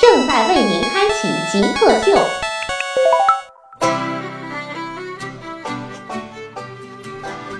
正在为您开启极客秀。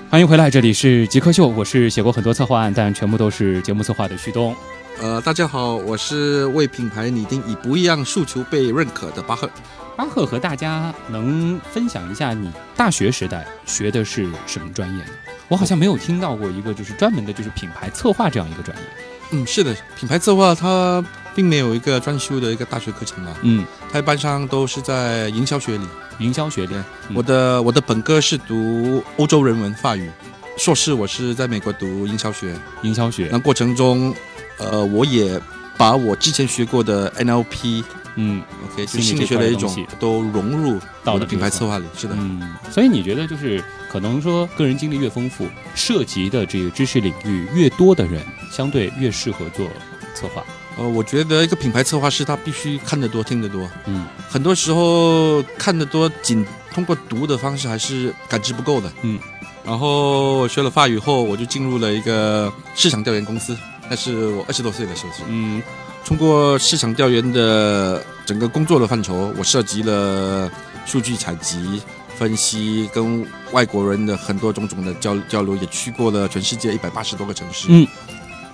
欢迎回来，这里是极客秀，我是写过很多策划案，但全部都是节目策划的旭东。呃，大家好，我是为品牌拟定以不一样诉求被认可的巴赫。巴赫和大家能分享一下你大学时代学的是什么专业呢？我好像没有听到过一个就是专门的就是品牌策划这样一个专业。嗯，是的，品牌策划它并没有一个专修的一个大学课程啊，嗯，它一般上都是在营销学里。营销学历对，嗯我的我的本科是读欧洲人文法语，硕士我是在美国读营销学。营销学那，过程中，呃，我也把我之前学过的 NLP。嗯 OK，就心心理理这学块的的一东种西都融入到了我的这品牌一块策划里，是的，嗯，所以你觉得就是可能说个人经历越丰富，涉及的这个知识领域越多的人，相对越适合做策划。呃，我觉得一个品牌策划师他必须看得多、听得多，嗯很多时候看得多，仅通过读的方式还是感知不够的。嗯，然后我学了法语后，我就进入了一个市场调研公司，那是我二十多岁的时候。嗯通过市场调研的整个工作的范畴，我涉及了数据采集、分析，跟外国人的很多种种的交交流，也去过了全世界一百八十多个城市。嗯，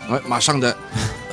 而马上的，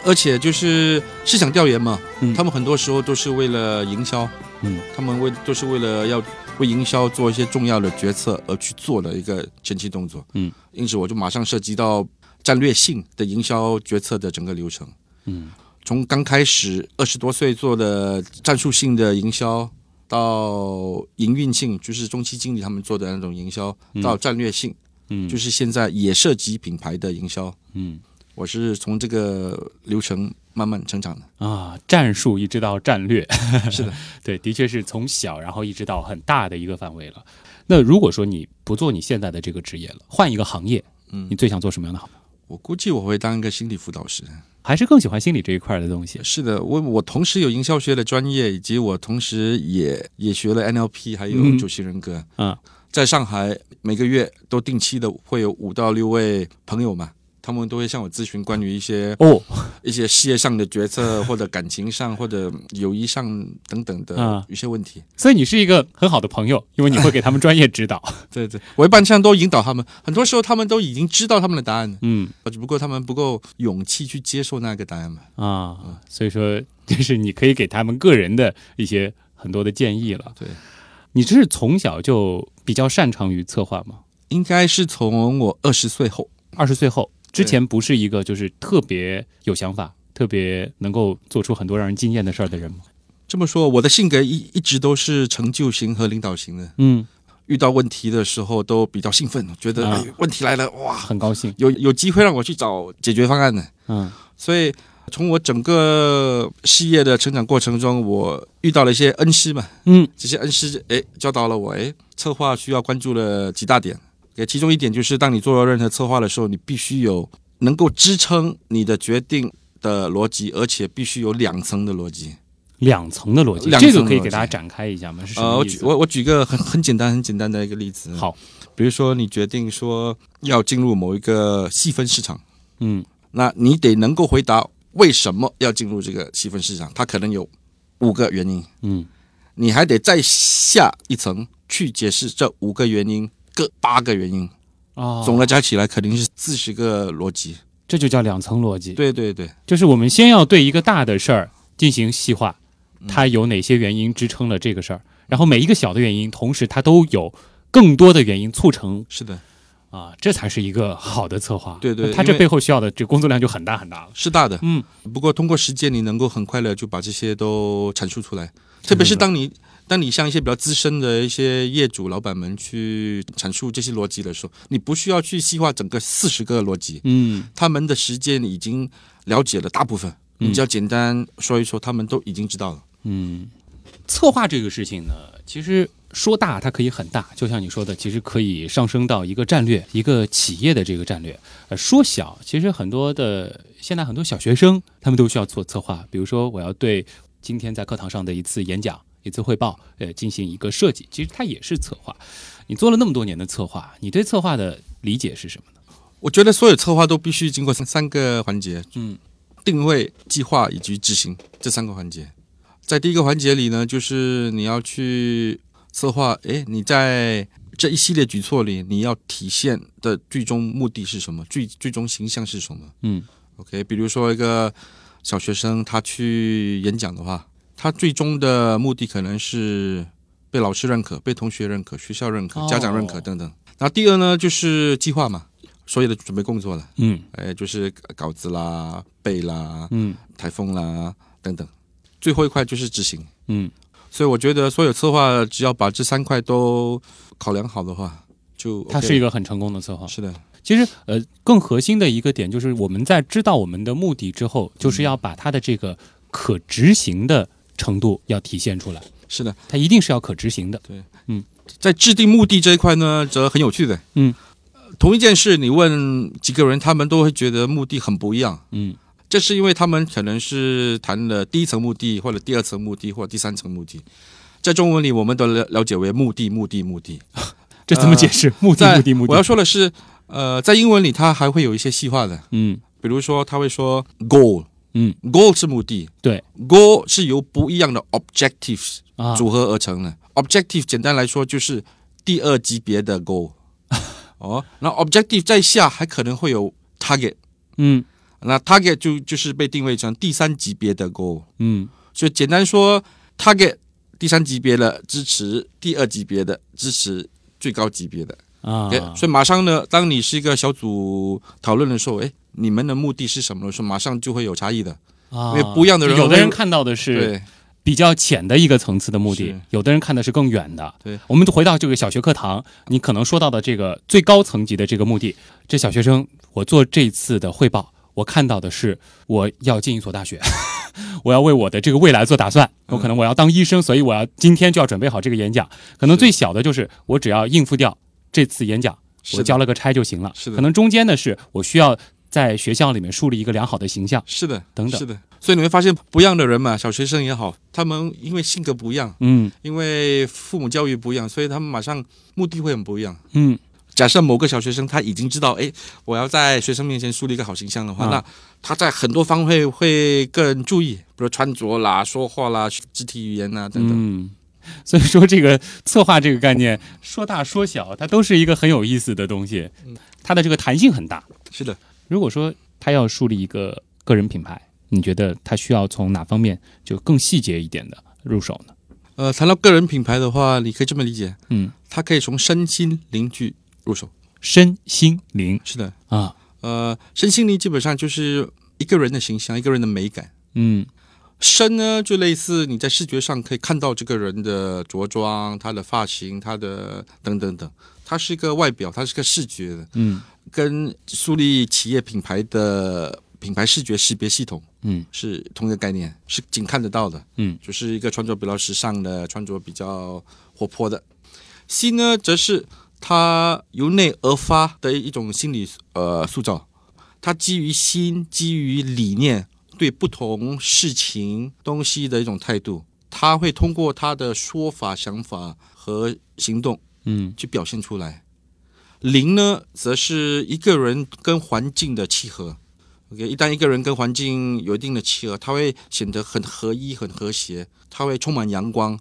而且就是市场调研嘛，嗯他们很多时候都是为了营销，嗯，他们为就是为了要为营销做一些重要的决策而去做的一个前期动作。嗯，因此我就马上涉及到战略性的营销决策的整个流程。嗯，从刚开始二十多岁做的战术性的营销，到营运性，就是中期经理他们做的那种营销，到战略性，嗯就是现在也涉及品牌的营销。嗯。我是从这个流程慢慢成长的。啊，战术一直到战略，是的， 对，的确是从小然后一直到很大的一个范围了。那如果说你不做你现在的这个职业了，换一个行业，嗯你最想做什么样的行业？我估计我会当一个心理辅导师。还是更喜欢心理这一块的东西？是的，我我同时有营销学的专业，以及我同时也也学了 NLP，还有嗯九型人格。啊，在上海每个月都定期的会有五到六位朋友嘛，他们都会向我咨询关于一些哦，一些事业上的决策，或者感情上，或者友谊上等等啊的一些问题。所以你是一个很好的朋友，因为你会给他们专业指导。 对对，我一般上都引导他们，很多时候他们都已经知道他们的答案了，嗯只不过他们不够勇气去接受那个答案嘛。嗯啊，所以说就是你可以给他们个人的一些很多的建议了。对，你这是从小就比较擅长于策划吗？应该是从我二十岁后，二十岁后之对前不是一个就是特别有想法、特别能够做出很多让人惊艳的事儿的人吗？这么说，我的性格一一直都是成就型和领导型的，嗯，遇到问题的时候都比较兴奋，觉得、啊哎、问题来了，哇，很高兴。有有机会让我去找解决方案的。嗯所以从我整个事业的成长过程中，我遇到了一些恩师嘛，嗯这些恩师哎教导了我，哎，策划需要关注的几大点。给其中一点就是，当你做任何策划的时候，你必须有能够支撑你的决定的逻辑，而且必须有两层的逻辑。两层的逻辑，两这层的个可以逻给辑大家展开一下吗？是什呃，么我意举思？我我举个很很简单很简单的一个例子，好，比如说你决定说要进入某一个细分市场。嗯那你得能够回答为什么要进入这个细分市场，它可能有五个原因，嗯你还得再下一层去解释这五个原因各八个原因，啊，总的加起来肯定是四十个逻辑。这就叫两层逻辑。对对对，就是我们先要对一个大的事儿进行细化，嗯它有哪些原因支撑了这个事儿，然后每一个小的原因，同时它都有更多的原因促成是的，啊，这才是一个好的策划。对对那它因这为背后需要的这工作量就很大很大了。是大的。嗯，不过通过时间，你能够很快的就把这些都阐述出来，特别是当你。当你向一些比较资深的一些业主、老板们去阐述这些逻辑的时候，你不需要去细化整个四十个逻辑，嗯他们的时间已经了解了大部分，你只要简单说一说，他们都已经知道了。嗯，策划这个事情呢，其实说大它可以很大，就像你说的，其实可以上升到一个战略、一个企业的这个战略。呃，说小，其实很多的现在很多小学生他们都需要做策划，比如说我要对今天在课堂上的一次演讲、一次汇报，呃，进行一个设计，其实它也是策划。你做了那么多年的策划，你对策划的理解是什么呢？我觉得所有策划都必须经过三三个环节，嗯，定位、计划以及执行这三个环节。在第一个环节里呢，就是你要去策划，诶，你在这一系列举措里，你要体现的最终目的是什么？最最终形象是什么嗯？OK，比如说一个小学生他去演讲的话，他最终的目的可能是被老师认可、被同学认可、学校认可哦、家长认可等等。那第二呢，就是计划嘛，所有的准备工作了。嗯哎，就是稿子啦、背啦、嗯台风啦等等。最后一块就是执行，嗯所以我觉得所有策划只要把这三块都考量好的话，就 OK 它是一了个很成功的策划。是的，其实，呃，更核心的一个点就是，我们在知道我们的目的之后，就是嗯要把它的这个可执行的程度要体现出来，是的。它一定是要可执行的。在制定目的这一块呢，则很有趣的。嗯呃，同一件事，你问几个人，他们都会觉得目的很不一样。嗯这是因为他们可能是谈了第一层目的，或者第二层目的，或者第三层目的。在中文里，我们都了了解为目的、目的、目的。这怎么解释？目的，呃在目的，目的。我要说的是，呃，在英文里它还会有一些细化的，嗯比如说他会说 goal，嗯， goal 是目的，对，goal 是由不一样的 objectives 啊，组合而成的。objective 简单来说就是第二级别的 goal。哦，那 objective 在下还可能会有 target，嗯那 target 就就是被定位成第三级别的 goal。嗯所以简单说，target 第三级别的支持，第二级别的支持，最高级别的。啊，哎，所以马上呢，当你是一个小组讨论的时候，哎，你们的目的是什么的时候，马上就会有差异的。啊，因为不一样的人有的人会看到的是对，比较浅的一个层次的目的是，有的人看的是更远的。对，我们回到这个小学课堂，你可能说到的这个最高层级的这个目的，这小学生我做这次的汇报，我看到的是我要进一所大学， 我要为我的这个未来做打算，嗯我可能我要当医生，所以我要今天就要准备好这个演讲。可能最小的就是我只要应付掉这次演讲，是我的交了个差就行了。是的可能中间的是我需要在学校里面树立一个良好的形象。是的，等等是的。所以你会发现，不一样的人嘛，小学生也好，他们因为性格不一样，嗯因为父母教育不一样，所以他们马上目的会很不一样。嗯假设某个小学生他已经知道，哎，我要在学生面前树立一个好形象的话，啊那他在很多方面会更注意，比如穿着啦、说话啦、肢体语言啦啊等等。嗯，所以说这个策划这个概念，说大说小，它都是一个很有意思的东西，它的这个弹性很大。是的，如果说他要树立一个个人品牌，你觉得他需要从哪方面就更细节一点的入手呢？呃，谈到个人品牌的话，你可以这么理解，嗯，它可以从身心灵去入手。身心灵是的，啊，呃，身心灵基本上就是一个人的形象，一个人的美感。嗯身呢，就类似你在视觉上可以看到这个人的着装、他的发型、他的等等等，它是一个外表，它是个视觉的，嗯跟树立企业品牌的品牌视觉识别系统嗯是同一个概念，是仅看得到的。嗯，就是一个穿着比较时尚的，穿着比较活泼的。心呢，则是它由内而发的一种心理呃塑造，它基于心，基于理念，对不同事情东西的一种态度，他会通过他的说法、想法和行动嗯去表现出来。灵呢，则是一个人跟环境的契合。OK，一旦一个人跟环境有一定的契合，他会显得很合一、很和谐，他会充满阳光。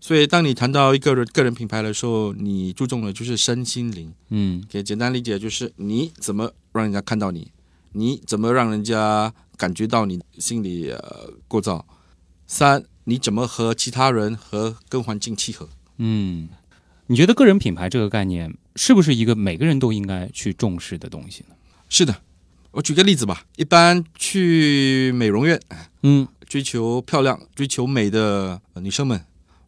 所以，当你谈到一个人个人品牌的时候，你注重的就是身心灵。嗯可以简单理解就是你怎么让人家看到你，你怎么让人家感觉到你心理呃构造。三，你怎么和其他人和跟环境契合？嗯，你觉得个人品牌这个概念是不是一个每个人都应该去重视的东西呢？是的，我举个例子吧。一般去美容院嗯追求漂亮、追求美的呃女生们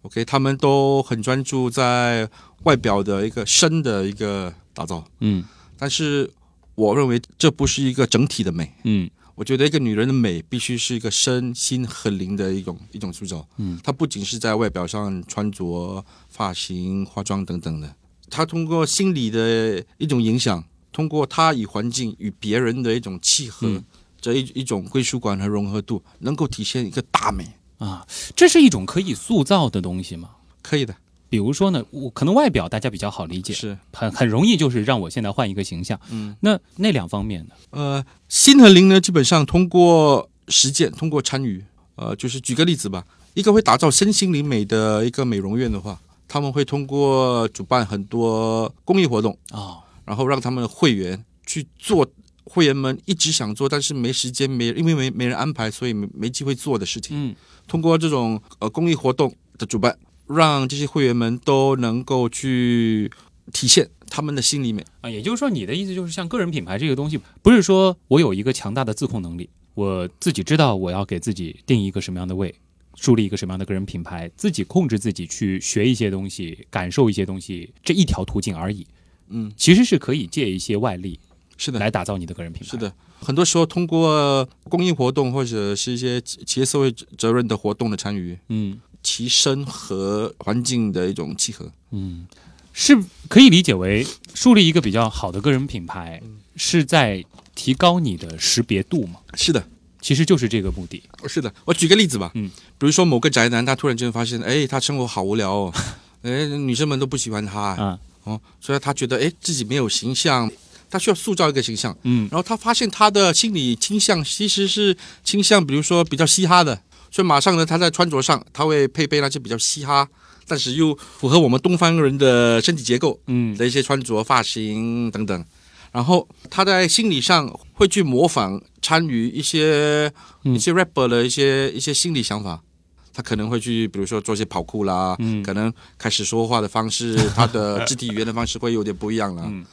，OK，她们都很专注在外表的一个身的一个打造。嗯但是我认为这不是一个整体的美，嗯我觉得一个女人的美必须是一个身心和灵的一种一种塑造。嗯，她不仅是在外表上穿着、发型、化妆等等的，她通过心理的一种影响，通过她与环境与别人的一种契合，嗯这一一种归属感和融合度，能够体现一个大美。啊，这是一种可以塑造的东西吗？可以的，比如说呢，我可能外表大家比较好理解，是很很容易就是让我现在换一个形象。嗯，那那两方面呢？呃，心和灵呢，基本上通过实践，通过参与，呃，就是举个例子吧，一个会打造身心灵美的一个美容院的话，他们会通过主办很多公益活动，哦，然后让他们的会员去做会员们一直想做但是没时间，没因为没没人安排，所以没没机会做的事情。嗯，通过这种呃公益活动的主办，让这些会员们都能够去体现他们的心里美。啊，也就是说，你的意思就是，像个人品牌这个东西，不是说我有一个强大的自控能力，我自己知道我要给自己定一个什么样的位，树立一个什么样的个人品牌，自己控制自己去学一些东西，感受一些东西，这一条途径而已。嗯，其实是可以借一些外力是的，来打造你的个人品牌。是，的，很多时候通过公益活动或者是一些企企业社会责任的活动的参与，嗯其身和环境的一种契合。嗯，是可以理解为树立一个比较好的个人品牌，嗯是在提高你的识别度嘛？是的，其实就是这个目的。是的。我举个例子吧，嗯，比如说某个宅男，他突然间发现，哎，他生活好无聊哦， 哎，女生们都不喜欢他，啊，哦，所以他觉得，哎，自己没有形象，他需要塑造一个形象。嗯然后他发现他的心理倾向其实是倾向，比如说比较嘻哈的，所以马上呢，他在穿着上他会配备那些比较嘻哈，但是又符合我们东方人的身体结构嗯的一些穿着、发型等等。然后他在心理上会去模仿、参与一些嗯一些 rapper 的一些一些心理想法。他可能会去，比如说做一些跑酷啦，嗯可能开始说话的 方式，他的肢体语言的方式会有点不一样了。嗯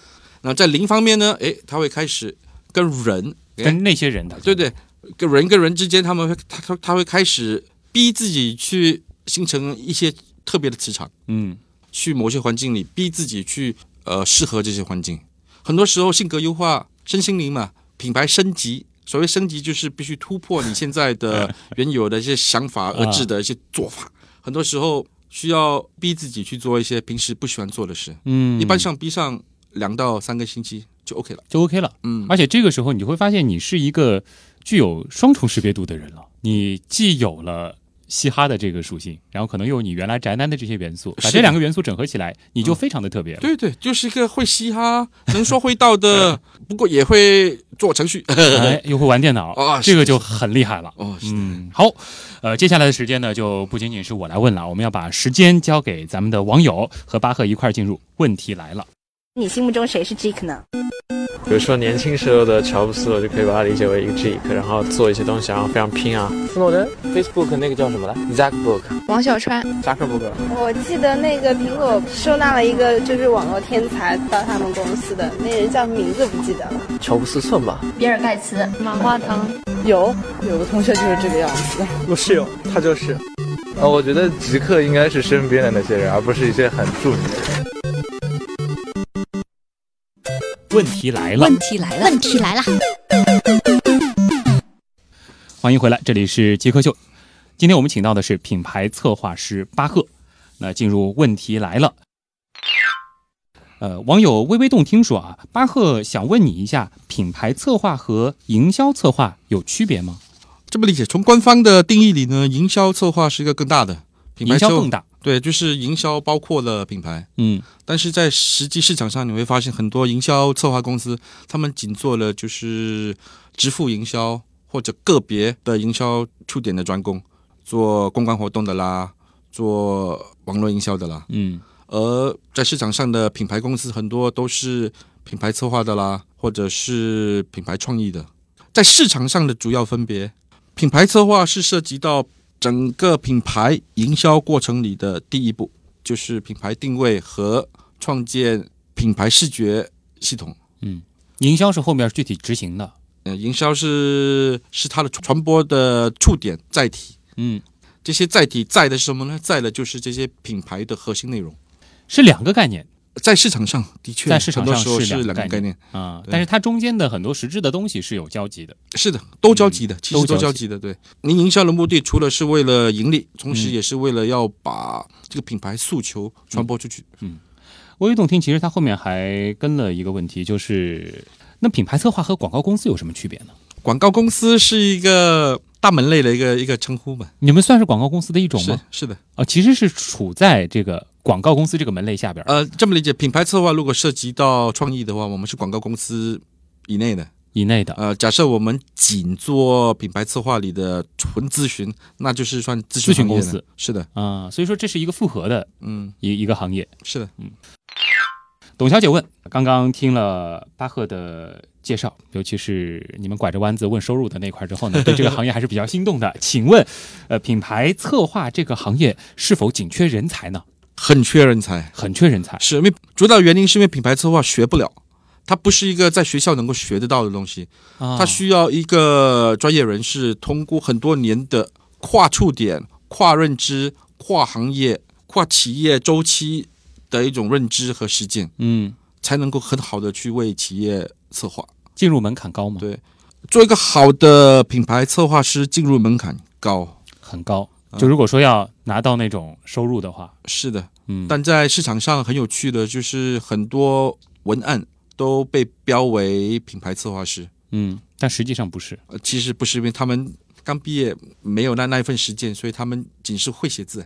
那在零方面呢，诶，他会开始跟人，跟那些人的哎对对，跟人跟人之间，他们会他他他会开始逼自己去形成一些特别的磁场，嗯去某些环境里逼自己去呃适合这些环境。很多时候性格优化、身心灵嘛，品牌升级。所谓升级，就是必须突破你现在的 原有的一些想法而致的一些做法。很多时候需要逼自己去做一些平时不喜欢做的事，嗯，一般上逼上两到三个星期就 OK 了。就 OK 了。嗯，而且这个时候你就会发现，你是一个具有双重识别度的人了。你既有了嘻哈的这个属性，然后可能又有你原来宅男的这些元素，把是这的两个元素整合起来，你就非常的特别了。对对，就是一个会嘻哈、能说会 道的，不过也会做程序。哎，又会玩电脑，啊是这个就很厉害了。 哦，是的嗯，好，呃，接下来的时间呢，就不仅仅是我来问了，我们要把时间交给咱们的网友和巴赫一块儿进入问题来了。你心目中谁是 Jake 呢？比如说年轻时候的乔布斯，我就可以把它理解为一个 geek，然后做一些东西，然后非常拼啊。斯诺登，Facebook 那个叫什么来？Zackbook，王小川，扎克伯格。我记得那个苹果收纳了一个就是网络天才到他们公司的那人叫名字不记得了。乔布斯算吧。比尔盖茨，马化腾，有有个同学就是这个样子。我室友，他就是。呃，我觉得极客应该是身边的那些人，而不是一些很著名的人。问题来了，题来问题来了，欢迎回来，这里是极客秀。今天我们请到的是品牌策划师巴赫。那进入问题来了，呃，网友微微动听说啊，巴赫想问你一下，品牌策划和营销策划有区别吗？这么理解，从官方的定义里呢，营销策划是一个更大的品牌营策销划更大，对，就是营销包括了品牌，嗯但是在实际市场上，你会发现很多营销策划公司，他们仅做了就是直付营销或者个别的营销触点的专攻，做公关活动的啦，做网络营销的啦，嗯而在市场上的品牌公司很多都是品牌策划的啦，或者是品牌创意的。在市场上的主要分别，品牌策划是涉及到整个品牌营销过程里的第一步，就是品牌定位和创建品牌视觉系统。嗯，营销是后面具体执行的，呃，营销是是它的传播的触点载体，嗯，这些载体载的是什么呢？载的就是这些品牌的核心内容。是两个概念。在市场上的确，在市场上很多时候是两两个概念，啊，对但是它中间的很多实质的东西是有交集的。是的，都交集的，其实嗯都都交交集集的。对，您营销的目的除了是为了盈利，同时嗯也是为了要把这个品牌诉求传播出去。微微动听其实它后面还跟了一个问题，就是那品牌策划和广告公司有什么区别呢？广告公司是一个大门类的一个一个称呼嘛，你们算是广告公司的一种是吗？是的。啊，其实是处在这个广告公司这个门类下边儿呃，这么理解，品牌策划如果涉及到创意的话，我们是广告公司以内的。以内的。呃，假设我们仅做品牌策划里的纯咨询，那就是算咨询咨询行业公的司。是的，啊、所以说这是一个复合的嗯，一一个行业。是的。董小姐问，刚刚听了巴赫的介绍，尤其是你们拐着弯子问收入的那块之后呢，对这个行业还是比较心动的。请问，呃，品牌策划这个行业是否紧缺人才呢？很缺人才，很缺人才，是因为主导原因是因为品牌策划学不了，它不是一个在学校能够学得到的东西，啊它需要一个专业人士通过很多年的跨触点、跨认知、跨行业、跨企业周期的一种认知和实践，嗯，才能够很好的去为企业策划。进入门槛高吗？对做一个好的品牌策划师，进入门槛高，很高。嗯就如果说要拿到那种收入的话，是的。嗯，但在市场上很有趣的就是，很多文案都被标为品牌策划师，嗯，但实际上不是。呃，其实不是因为他们刚毕业没有那那一份实践，所以他们仅是会写字。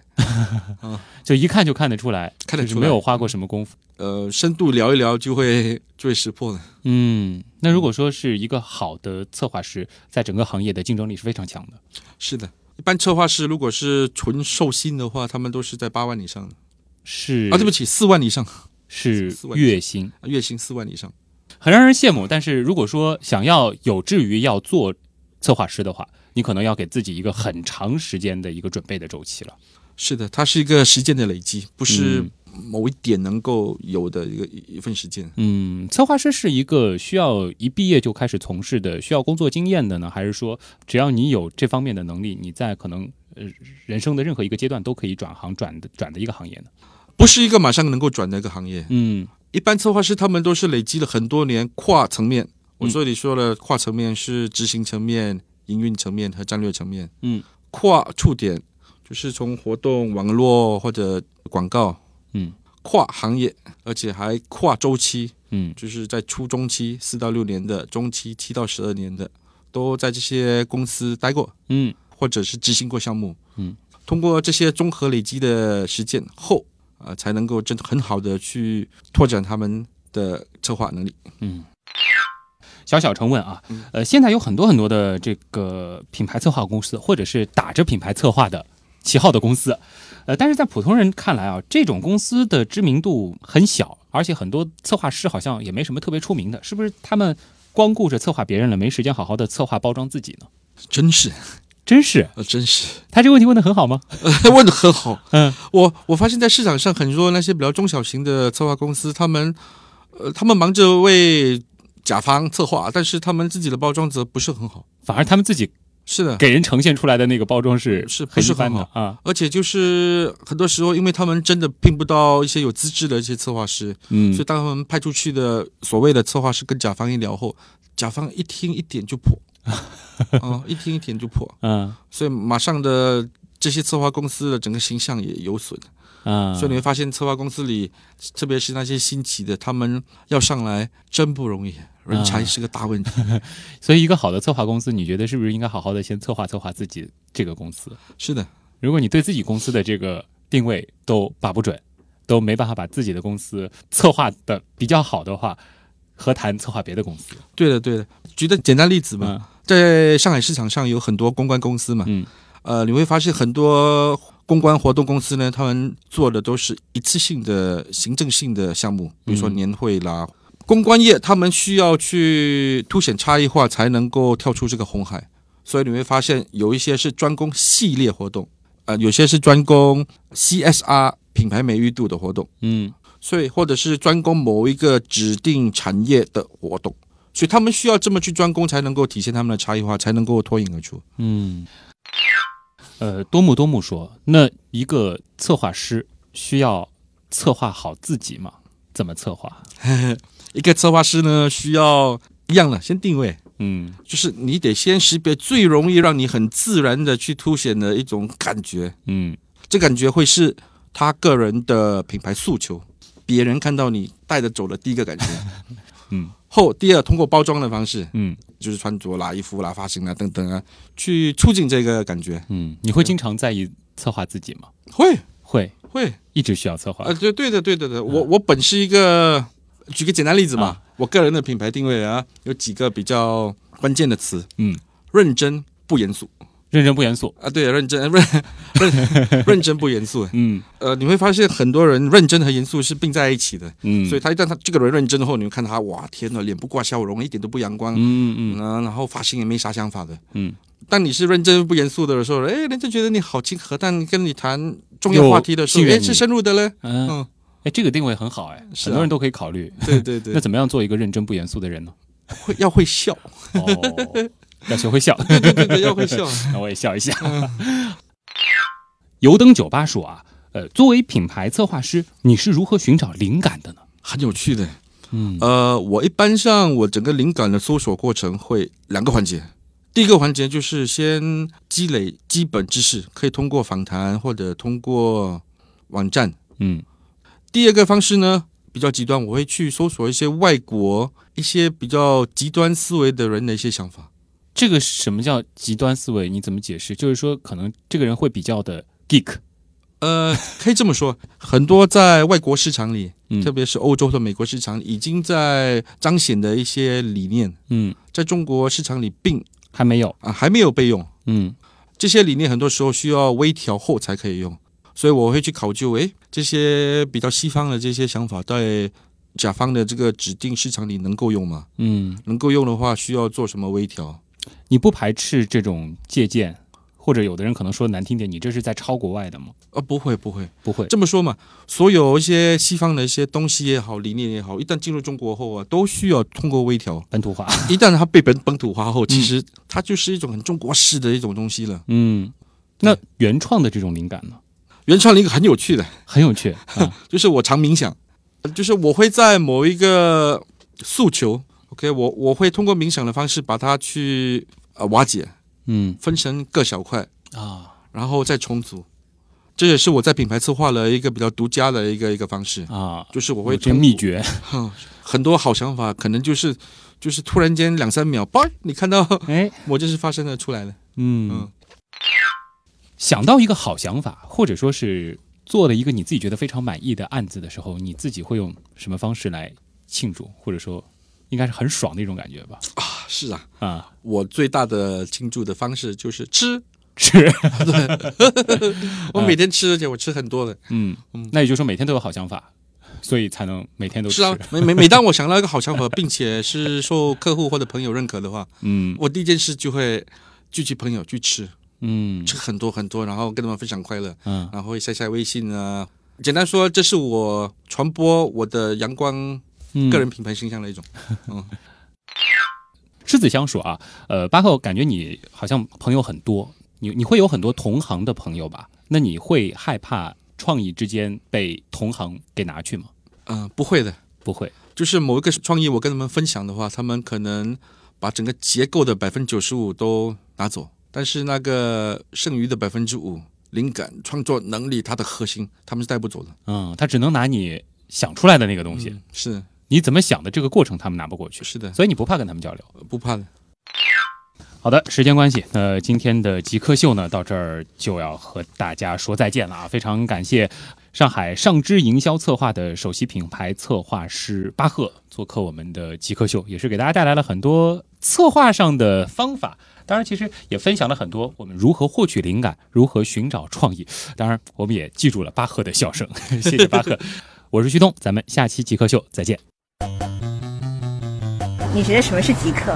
就一看就看得出来，看得就是出没来有花过什么功夫。呃，深度聊一聊就会就会识破的。嗯，那如果说是一个好的策划师，在整个行业的竞争力是非常强的。是的，一般策划师如果是纯授薪的话，他们都是在八万以上的是啊，对不起，四万以上，是四万以上月薪，月薪四万以上。很让人羡慕。但是如果说想要有志于要做策划师的话，你可能要给自己一个很长时间的一个准备的周期了。是的，它是一个实践的累积，不是嗯某一点能够有的一个一一份实践。嗯，策划师是一个需要一毕业就开始从事的，需要工作经验的呢，还是说只要你有这方面的能力，你在可能呃人生的任何一个阶段都可以转行转的转的一个行业呢？不是一个马上能够转的一个行业。嗯一般策划师他们都是累积了很多年跨层面。我嗯这里说了，跨层面是执行层面、营运层面和战略层面。嗯，跨触点就是从活动、网络或者广告。嗯，跨行业，而且还跨周期，嗯就是在初中期四到六年的，中期七到十二年的，都在这些公司待过。嗯或者是执行过项目，嗯，通过这些综合累积的实践后，呃，才能够真的很好的去拓展他们的策划能力。嗯。小小成问啊，嗯呃，现在有很多很多的这个品牌策划公司，或者是打着品牌策划的旗号的公司，呃，但是在普通人看来啊，这种公司的知名度很小，而且很多策划师好像也没什么特别出名的，是不是？他们光顾着策划别人了，没时间好好的策划包装自己呢？真 是，真是，呃，真是，他这个问题问的很好吗？ 问的很好。嗯，我我发现在市场上很多那些比较中小型的策划公司，他们，呃，他们忙着为甲方策划，但是他们自己的包装则不是很好。反而他们自己是的，给人呈现出来的那个包装是是不很一是般很的好啊？而且就是很多时候，因为他们真的聘不到一些有资质的一些策划师，嗯所以当他们派出去的所谓的策划师跟甲方一聊后，甲方一听一点就破， 啊、一听一点就破，嗯所以马上的这些策划公司的整个形象也有损。嗯，所以你会发现，策划公司里，特别是那些新起的，他们要上来真不容易，人嗯才是个大问题。所以，一个好的策划公司，你觉得是不是应该好好的先策划策划自己这个公司？是的，如果你对自己公司的这个定位都把不准，都没办法把自己的公司策划的比较好的话，何谈策划别的公司？对的，对的。举个简单例子吧， 嗯在上海市场上有很多公关公司嘛，嗯呃，你会发现很多公关活动公司呢，他们做的都是一次性的行政性的项目，比如说嗯年会啦。公关业他们需要去凸显差异化，才能够跳出这个红海。所以你会发现，有一些是专攻系列活动，呃，有些是专攻 CSR 品牌美誉度的活动，嗯所以或者是专攻某一个指定产业的活动。所以他们需要这么去专攻，才能够体现他们的差异化，才能够脱颖而出。 嗯。呃，多木多木说，那一个策划师需要策划好自己吗？怎么策划？一个策划师呢，需要一样的先定位，嗯就是你得先识别最容易让你很自然的去凸显的一种感觉，嗯这感觉会是他个人的品牌诉求，别人看到你带着走的第一个感觉。嗯，后第二，通过包装的方式，嗯就是穿着啦、衣服啦、发型啦等等啊，去促进这个感觉。嗯，你会经常在意策划自己吗？会会，会，一直需要策划。呃，对对的对的对的，我我本是一个，举个简单例子嘛，嗯啊我个人的品牌定位啊，有几个比较关键的词，嗯，认真不严肃认真不严肃。啊，对，认真 认认认真不严肃，嗯呃，你会发现很多人认真和严肃是并在一起的，嗯，所以他一旦他这个人认真后，你会看他哇，天呐，脸不挂笑容，一点都不阳光，嗯嗯嗯，然后发型也没啥想法的。嗯，当你是认真不严肃的时候，哎，人家觉得你好亲和；但跟你谈重要又话题的时信候，任哎，你是深入的嘞。嗯嗯嗯，哎，这个定位很好哎，是啊很多人都可以考虑。 对对对那，怎么样做一个认真不严肃的人呢？会要会 笑，哦，要学 会笑。对对对，要会笑。那我也笑一下。 油灯酒吧说啊，呃，作为品牌策划师，你是如何寻找灵感的呢？很有趣的。嗯呃，我一般上我整个灵感的搜索过程会两个环节，第一个环节就是先积累基本知识，可以通过访谈或者通过网站。嗯第二个方式呢比较极端，我会去搜索一些外国一些比较极端思维的人的一些想法。这个什么叫极端思维？你怎么解释？就是说，可能这个人会比较的 geek，呃，可以这么说，很多在外国市场里，嗯特别是欧洲和美国市场，已经在彰显的一些理念，嗯，在中国市场里并还没有，啊还没有被用。嗯这些理念很多时候需要微调后才可以用，所以我会去考究，诶，这些比较西方的这些想法在甲方的这个指定市场里能够用吗？嗯，能够用的话，需要做什么微调？你不排斥这种借鉴，或者有的人可能说难听点，你这是在抄国外的吗？呃，不会不会，不会，这么说嘛，所有一些西方的一些东西也好，理念也好，一旦进入中国后啊，都需要通过微调。本土化。一旦它被本本土化后，其实它就是一种很中国式的一种东西了。嗯，那原创的这种灵感呢，原创了一个很有趣的，很有趣啊。就是我常冥想，就是我会在某一个诉求，OK，我我会通过冥想的方式把它去呃瓦解，嗯分成各小块，啊然后再重组。这也是我在品牌策划了一个比较独家的一个一个方式，啊，就是我我会这通秘 诀，很多好想法，可能就是就是突然间两三秒，叭，你看到哎，我就是发生了出来了。嗯嗯，想到一个好想法，或者说是做了一个你自己觉得非常满意的案子的时候，你自己会用什么方式来庆祝，或者说应该是很爽的一种感觉吧？啊是啊， 啊，我最大的庆祝的方式就是 吃，是，我每天吃，而且我吃很多的。嗯，那也就是说每天都有好想法，所以才能每天都吃。是啊，每每每当我想到一个好想法，并且是受客户或者朋友认可的 话，嗯我第一件事就会聚集朋友去吃，嗯吃很多很多，然后跟他们分享快乐，嗯然后会晒晒微信啊。简单说，这是我传播我的阳光嗯，个人品牌形象的一种。狮子相说啊，呃，巴克，感觉你好像朋友很多，你你会有很多同行的朋友吧？那你会害怕创意之间被同行给拿去吗？嗯、不会的，不会，就是某一个创意，我跟他们分享的话，他们可能把整个结构的百分之九十五都拿走，但是那个剩余的百分之五，灵感、创作能力，它的核心，他们是带不走的。嗯，他只能拿你想出来的那个东西，嗯是你怎么想的这个过程他们拿不过去，是的，所以你不怕跟他们交流。不怕的。好的，时间关系，那、今天的极客秀呢，到这儿就要和大家说再见了啊！非常感谢上海上知营销策划的首席品牌策划师巴赫做客我们的极客秀，也是给大家带来了很多策划上的方法。当然，其实也分享了很多我们如何获取灵感，如何寻找创意。当然，我们也记住了巴赫的笑声， 谢谢巴赫。我是旭东，咱们下期极客秀再见。你觉得什么是极客？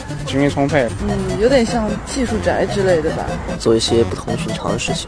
精力充沛。嗯，有点像技术宅之类的吧。做一些不同寻常的事情。